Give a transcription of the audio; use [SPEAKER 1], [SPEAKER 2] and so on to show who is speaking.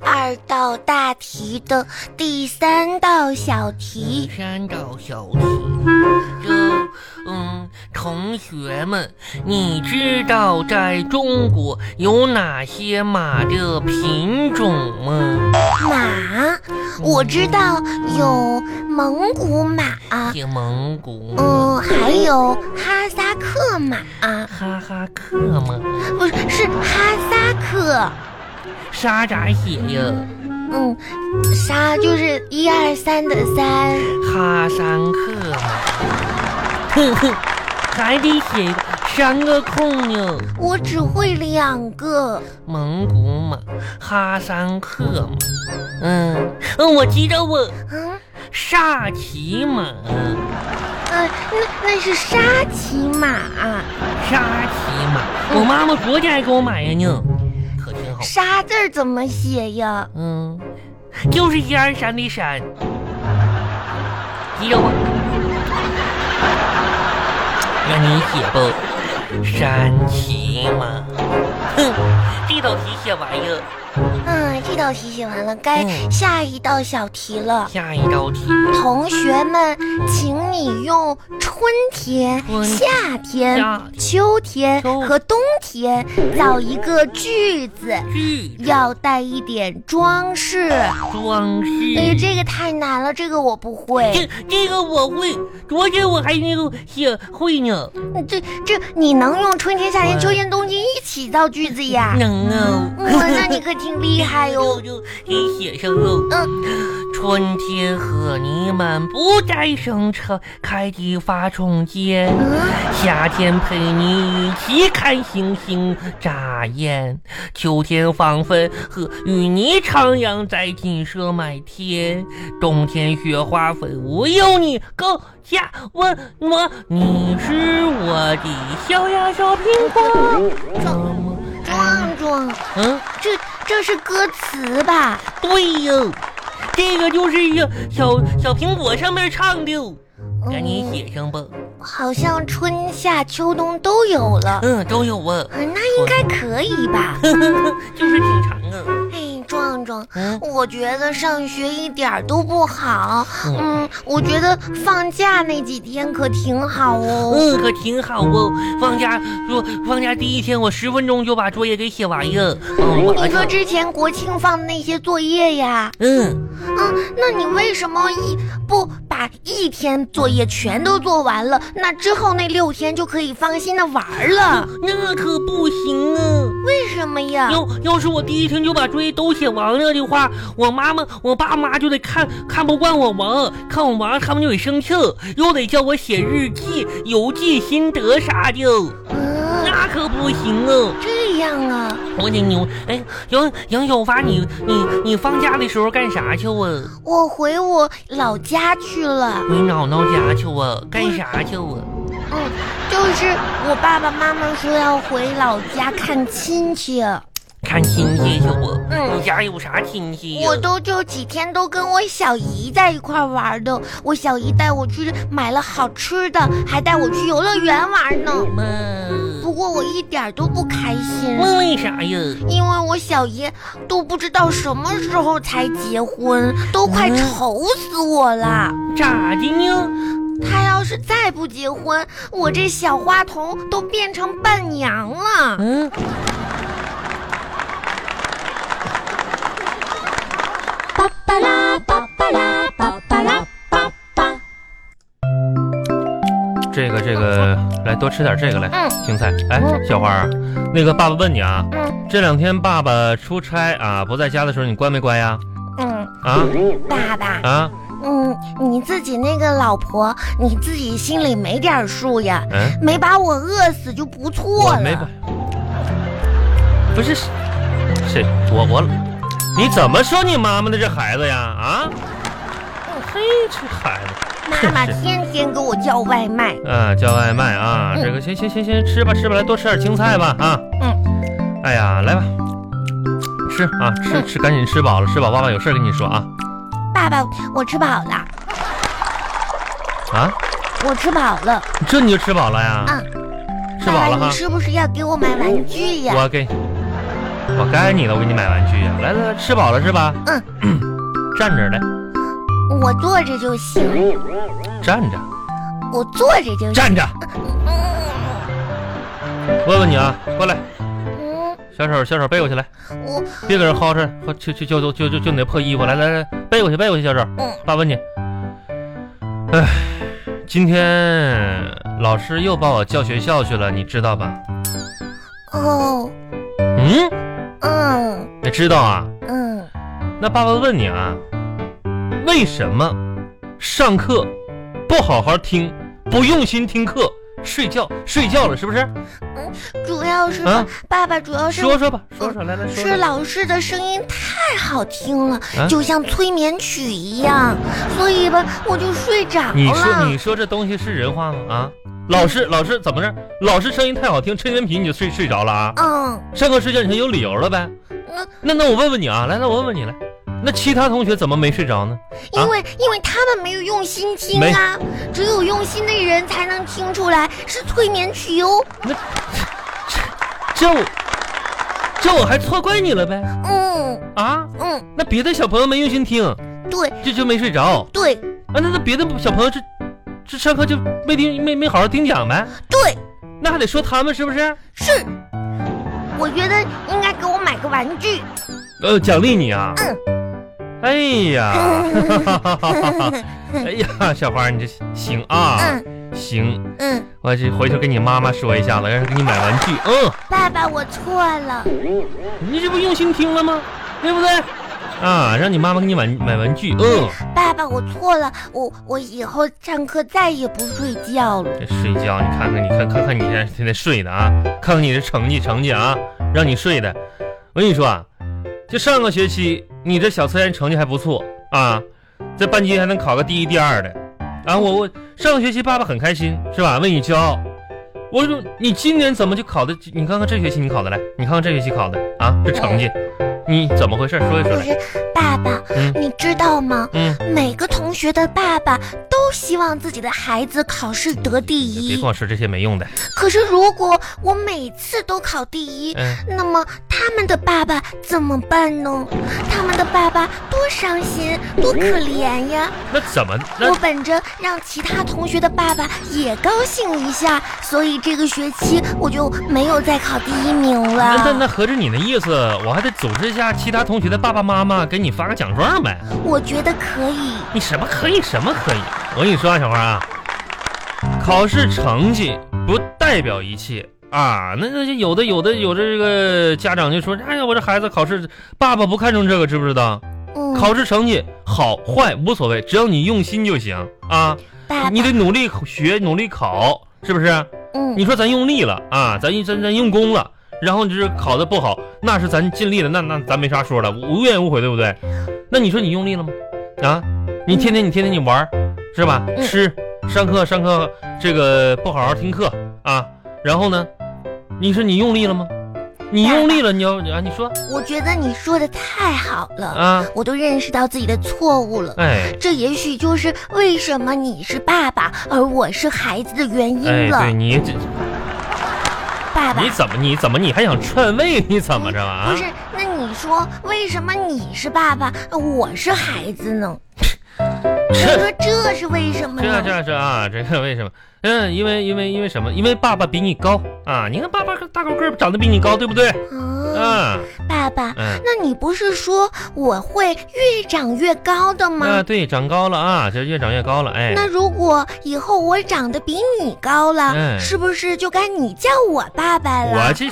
[SPEAKER 1] 二道大题的第三道小题。
[SPEAKER 2] 三道小题，这嗯，同学们，你知道在中国有哪些马的品种吗？
[SPEAKER 1] 马，我知道有蒙古马，
[SPEAKER 2] 是蒙古、
[SPEAKER 1] 嗯，还有哈萨克马，
[SPEAKER 2] 哈哈克吗？
[SPEAKER 1] 不是是哈萨克。
[SPEAKER 2] 沙咋写呀？
[SPEAKER 1] 嗯，沙就是一二三的三。
[SPEAKER 2] 哈三克吗？哼哼，还得写个三个空呢。
[SPEAKER 1] 我只会两个，
[SPEAKER 2] 蒙古马，哈三克嘛，嗯嗯，我知道我
[SPEAKER 1] 嗯，
[SPEAKER 2] 萨其马，
[SPEAKER 1] 呃，那那是沙琪玛，
[SPEAKER 2] 沙其马，
[SPEAKER 1] 嗯
[SPEAKER 2] 我妈妈昨天还给我买呀呢，可真好。
[SPEAKER 1] 沙字儿怎么写呀？
[SPEAKER 2] 嗯，就是一二三的三，知道吗？让你写不？山骑马，哼，这道题写完呀。
[SPEAKER 1] 嗯，这道题写完了，该
[SPEAKER 2] 嗯
[SPEAKER 1] 下一道小题了。
[SPEAKER 2] 下一道题，
[SPEAKER 1] 同学们，请你用春天、
[SPEAKER 2] 春
[SPEAKER 1] 夏天
[SPEAKER 2] 夏、
[SPEAKER 1] 秋天
[SPEAKER 2] 秋
[SPEAKER 1] 和冬天造一个句子，
[SPEAKER 2] 句
[SPEAKER 1] 要带一点装饰。
[SPEAKER 2] 装
[SPEAKER 1] 哎呀，
[SPEAKER 2] 饰。
[SPEAKER 1] 这个太难了，这个我不会。
[SPEAKER 2] 这这个我会，昨天我还那个写会呢。
[SPEAKER 1] 这这，你能用春天、夏天、
[SPEAKER 2] 嗯
[SPEAKER 1] 秋天、冬天一起造句子呀？
[SPEAKER 2] 能啊。
[SPEAKER 1] 哇，那你可挺厉害哟。
[SPEAKER 2] 就给写上喽。
[SPEAKER 1] 嗯，
[SPEAKER 2] 春天和你们不再生产开的发冲间，
[SPEAKER 1] 嗯，
[SPEAKER 2] 夏天陪你一起看星星眨眼，秋天放飞和与你徜徉在锦瑟满天，冬天雪花飞舞有你更加温暖。你是我的小呀小苹果。
[SPEAKER 1] 壮壮，
[SPEAKER 2] 嗯。
[SPEAKER 1] 嗯这这是歌词吧？
[SPEAKER 2] 对呀，这个就是一个小小苹果上面唱的，赶紧写上吧。
[SPEAKER 1] 好像春夏秋冬都有了，
[SPEAKER 2] 嗯，都有啊，
[SPEAKER 1] 嗯那应该可以 吧？
[SPEAKER 2] 就是挺长啊。
[SPEAKER 1] 哎，壮壮，
[SPEAKER 2] 嗯，
[SPEAKER 1] 我觉得上学一点儿都不好。
[SPEAKER 2] 嗯
[SPEAKER 1] 嗯，我觉得放假那几天可挺好哦。
[SPEAKER 2] 嗯，可挺好哦。放假说放假第一天，我十分钟就把作业给写完呀。嗯，
[SPEAKER 1] 你
[SPEAKER 2] 完
[SPEAKER 1] 说
[SPEAKER 2] 了。
[SPEAKER 1] 之前国庆放的那些作业呀，
[SPEAKER 2] 嗯，
[SPEAKER 1] 嗯，那你为什么一不把一天作业全都做完了，那之后那六天就可以放心的玩儿了？
[SPEAKER 2] 那可不行啊！
[SPEAKER 1] 为什么呀？
[SPEAKER 2] 要要是我第一天就把作业都写完了的话，我妈妈、我爸妈就得看看不惯我玩，看我玩他们就得生气，又得叫我写日记、游记、心得啥的。
[SPEAKER 1] 嗯，
[SPEAKER 2] 那可不行啊！
[SPEAKER 1] 这样啊，
[SPEAKER 2] 我得牛哎，杨杨小发，你你你放假的时候干啥去啊？
[SPEAKER 1] 我回我老家去了。
[SPEAKER 2] 回姥姥家去啊？干啥去啊？
[SPEAKER 1] 嗯，就是我爸爸妈妈说要回老家看亲戚，
[SPEAKER 2] 看亲戚去啊？
[SPEAKER 1] 嗯
[SPEAKER 2] 你家有啥亲戚呀、
[SPEAKER 1] 我都就几天都跟我小姨在一块玩的。我小姨带我去买了好吃的，还带我去游乐园玩呢。
[SPEAKER 2] 妈，
[SPEAKER 1] 不过我一点儿都不开心，
[SPEAKER 2] 问为啥呀？
[SPEAKER 1] 因为我小姨都不知道什么时候才结婚，都快
[SPEAKER 2] 嗯
[SPEAKER 1] 愁死我了。
[SPEAKER 2] 咋的呢？
[SPEAKER 1] 她要是再不结婚，我这小花童都变成伴娘了。
[SPEAKER 2] 嗯。
[SPEAKER 1] 巴巴拉巴巴拉巴巴拉巴巴。
[SPEAKER 3] 这个这个，来多吃点这个来，
[SPEAKER 1] 嗯
[SPEAKER 3] 青菜。哎，
[SPEAKER 1] 嗯
[SPEAKER 3] 小花儿，那个爸爸问你啊，
[SPEAKER 1] 嗯
[SPEAKER 3] 这两天爸爸出差啊，不在家的时候，你乖没乖呀？
[SPEAKER 1] 嗯，
[SPEAKER 3] 啊
[SPEAKER 1] 爸爸，
[SPEAKER 3] 啊，
[SPEAKER 1] 嗯，你自己那个老婆，你自己心里没点数呀？
[SPEAKER 3] 嗯，
[SPEAKER 1] 没把我饿死就不错
[SPEAKER 3] 我
[SPEAKER 1] 了。
[SPEAKER 3] 没乖，不是，是谁？我我，你怎么说你妈妈的这孩子呀？啊，嘿，这孩子，
[SPEAKER 1] 妈妈天天给我叫外卖。
[SPEAKER 3] 啊，叫外卖啊，这个行行行行，吃吧吃吧，来多吃点青菜吧啊。
[SPEAKER 1] 嗯，嗯
[SPEAKER 3] 哎呀，来吧，吃啊吃吃，赶紧吃饱了，吃饱爸爸有事儿跟你说啊
[SPEAKER 1] 爸爸，我吃饱了，
[SPEAKER 3] 啊。
[SPEAKER 1] 我吃饱了。
[SPEAKER 3] 这你就吃饱了呀？
[SPEAKER 1] 嗯，
[SPEAKER 3] 吃饱
[SPEAKER 1] 爸
[SPEAKER 3] 了
[SPEAKER 1] 爸，
[SPEAKER 3] 哈
[SPEAKER 1] 你，是不是要给我买玩具呀？
[SPEAKER 3] 我给，我该你了，我给你买玩具呀、来来来，吃饱了是吧？
[SPEAKER 1] 嗯
[SPEAKER 3] 站着来，
[SPEAKER 1] 我坐着就行，
[SPEAKER 3] 站着，
[SPEAKER 1] 我坐着就行。
[SPEAKER 3] 站着。
[SPEAKER 1] 嗯
[SPEAKER 3] 问问你啊，过来，
[SPEAKER 1] 嗯，
[SPEAKER 3] 小手小手背过去来，
[SPEAKER 1] 我
[SPEAKER 3] 别搁这薅着，薅就就就就就就就你那破衣服，来来来，背过去背过去，小手
[SPEAKER 1] 嗯。
[SPEAKER 3] 爸问你，哎，今天老师又把我叫学校去了，你知道吧？
[SPEAKER 1] 哦，
[SPEAKER 3] 嗯，
[SPEAKER 1] 嗯
[SPEAKER 3] 你知道啊？
[SPEAKER 1] 嗯，
[SPEAKER 3] 那爸爸问你啊，为什么上课不好好听，不用心听课，睡觉睡觉了是不是？
[SPEAKER 1] 嗯主要是
[SPEAKER 3] 啊
[SPEAKER 1] 爸爸，主要是
[SPEAKER 3] 说说吧，说说来来说
[SPEAKER 1] 嗯是
[SPEAKER 3] 说。
[SPEAKER 1] 老师的声音太好听了，
[SPEAKER 3] 啊
[SPEAKER 1] 就像催眠曲一样，所以吧，我就睡着了。
[SPEAKER 3] 你说你说这东西是人话吗？啊，老师老师怎么着？老师声音太好听，吹人皮你就睡睡着了啊？
[SPEAKER 1] 嗯，
[SPEAKER 3] 上课睡觉你就有理由了呗？
[SPEAKER 1] 那
[SPEAKER 3] 那那我问问你啊，来来我问问你来，那其他同学怎么没睡着呢？
[SPEAKER 1] 因为、因为他们没有用心听
[SPEAKER 3] 哎
[SPEAKER 1] 啊，只有用心的人才能听出来是催眠曲哟。
[SPEAKER 3] 这我这我还错怪你了呗？
[SPEAKER 1] 嗯
[SPEAKER 3] 啊，
[SPEAKER 1] 嗯，
[SPEAKER 3] 那别的小朋友没用心听，
[SPEAKER 1] 对
[SPEAKER 3] 这就没睡着。
[SPEAKER 1] 对
[SPEAKER 3] 啊，那那别的小朋友这这上课就没听没没好好听讲呗，
[SPEAKER 1] 对，
[SPEAKER 3] 那还得说他们是不是？
[SPEAKER 1] 是。我觉得应该给我买个玩具。
[SPEAKER 3] 呃，奖励你啊！哎呀，哎呀，小花，你这行啊，
[SPEAKER 1] 嗯
[SPEAKER 3] 行，
[SPEAKER 1] 嗯，
[SPEAKER 3] 我这回头跟你妈妈说一下子，让她给你买玩具。嗯，
[SPEAKER 1] 爸爸，我错了。
[SPEAKER 3] 你这不用心听了吗？对不对？啊，让你妈妈给你买买玩具。嗯，
[SPEAKER 1] 爸爸，我错了，我我以后上课再也不睡觉了。
[SPEAKER 3] 这睡觉，你看看，你看看看你这现在睡的啊，看看你这成绩成绩啊，让你睡的。我跟你说啊，就上个学期你这小测验成绩还不错啊，在班级还能考个第一、第二的。啊，我我上个学期爸爸很开心是吧？为你骄傲。我说你今年怎么就考的？你看看这学期你考的来，你看看这学期考的啊，这成绩，你怎么回事？说一说
[SPEAKER 1] 可
[SPEAKER 3] 来。
[SPEAKER 1] 是，爸爸，
[SPEAKER 3] 嗯
[SPEAKER 1] 你知道吗？
[SPEAKER 3] 嗯，
[SPEAKER 1] 每个同学的爸爸都希望自己的孩子考试得第
[SPEAKER 3] 哎别
[SPEAKER 1] 一
[SPEAKER 3] 跟。我说这些没用的。
[SPEAKER 1] 可是，如果我每次都考第一，
[SPEAKER 3] 嗯，
[SPEAKER 1] 那么他们的爸爸怎么办呢？他们的爸爸多伤心，多可怜呀！
[SPEAKER 3] 那怎么那
[SPEAKER 1] 我本着让其他同学的爸爸也高兴一下，所以这个学期我就没有再考第一名了。
[SPEAKER 3] 那那那合着你的意思，我还得组织一下其他同学的爸爸妈妈给你发个奖状呗？
[SPEAKER 1] 我觉得可以。
[SPEAKER 3] 你什么可以，什么可以？我跟你说啊，小花啊，考试成绩不代表一切啊。那那就有的有的有的这个家长就说，哎呀，我这孩子考试，爸爸不看重这个，知不知道？
[SPEAKER 1] 嗯，
[SPEAKER 3] 考试成绩好坏无所谓，只要你用心就行啊。
[SPEAKER 1] 爸
[SPEAKER 3] 你
[SPEAKER 1] 爸，
[SPEAKER 3] 得努力学，努力考，是不是？
[SPEAKER 1] 嗯
[SPEAKER 3] 你说咱用力了啊，咱咱咱用功了，然后你这考的不好，那是咱尽力了，那那咱没啥说了，无无怨无悔，对不对？那你说你用力了吗？啊，你天天你天天你玩儿，是吧？
[SPEAKER 1] 嗯
[SPEAKER 3] 吃上课上课这个不好好听课啊，然后呢，你说你用力了吗？你用力了，你要啊，你说
[SPEAKER 1] 我觉得你说的太好了，
[SPEAKER 3] 啊，
[SPEAKER 1] 我都认识到自己的错误了。
[SPEAKER 3] 哎
[SPEAKER 1] 这也许就是为什么你是爸爸而我是孩子的原
[SPEAKER 3] 哎，
[SPEAKER 1] 因了。
[SPEAKER 3] 对你这
[SPEAKER 1] 爸爸
[SPEAKER 3] 你，怎么你怎么你还想篡位？你怎么着啊？
[SPEAKER 1] 不是，那你说为什么你是爸爸，我是孩子呢？你
[SPEAKER 3] 这
[SPEAKER 1] 说这是为什么
[SPEAKER 3] 这
[SPEAKER 1] 呢？
[SPEAKER 3] 样这样这样啊，这个为什么？嗯，因为因为因为什么？因为爸爸比你高啊！你看爸爸个大高个儿，长得比你高，对不对？
[SPEAKER 1] 啊，
[SPEAKER 3] 啊，
[SPEAKER 1] 爸爸，
[SPEAKER 3] 嗯，
[SPEAKER 1] 那你不是说我会越长越高的
[SPEAKER 3] 啊，
[SPEAKER 1] 吗？
[SPEAKER 3] 对，长高了啊，这越长越高了，哎，
[SPEAKER 1] 那如果以后我长得比你高了，
[SPEAKER 3] 嗯
[SPEAKER 1] 是不是就该你叫我爸爸了？
[SPEAKER 3] 我这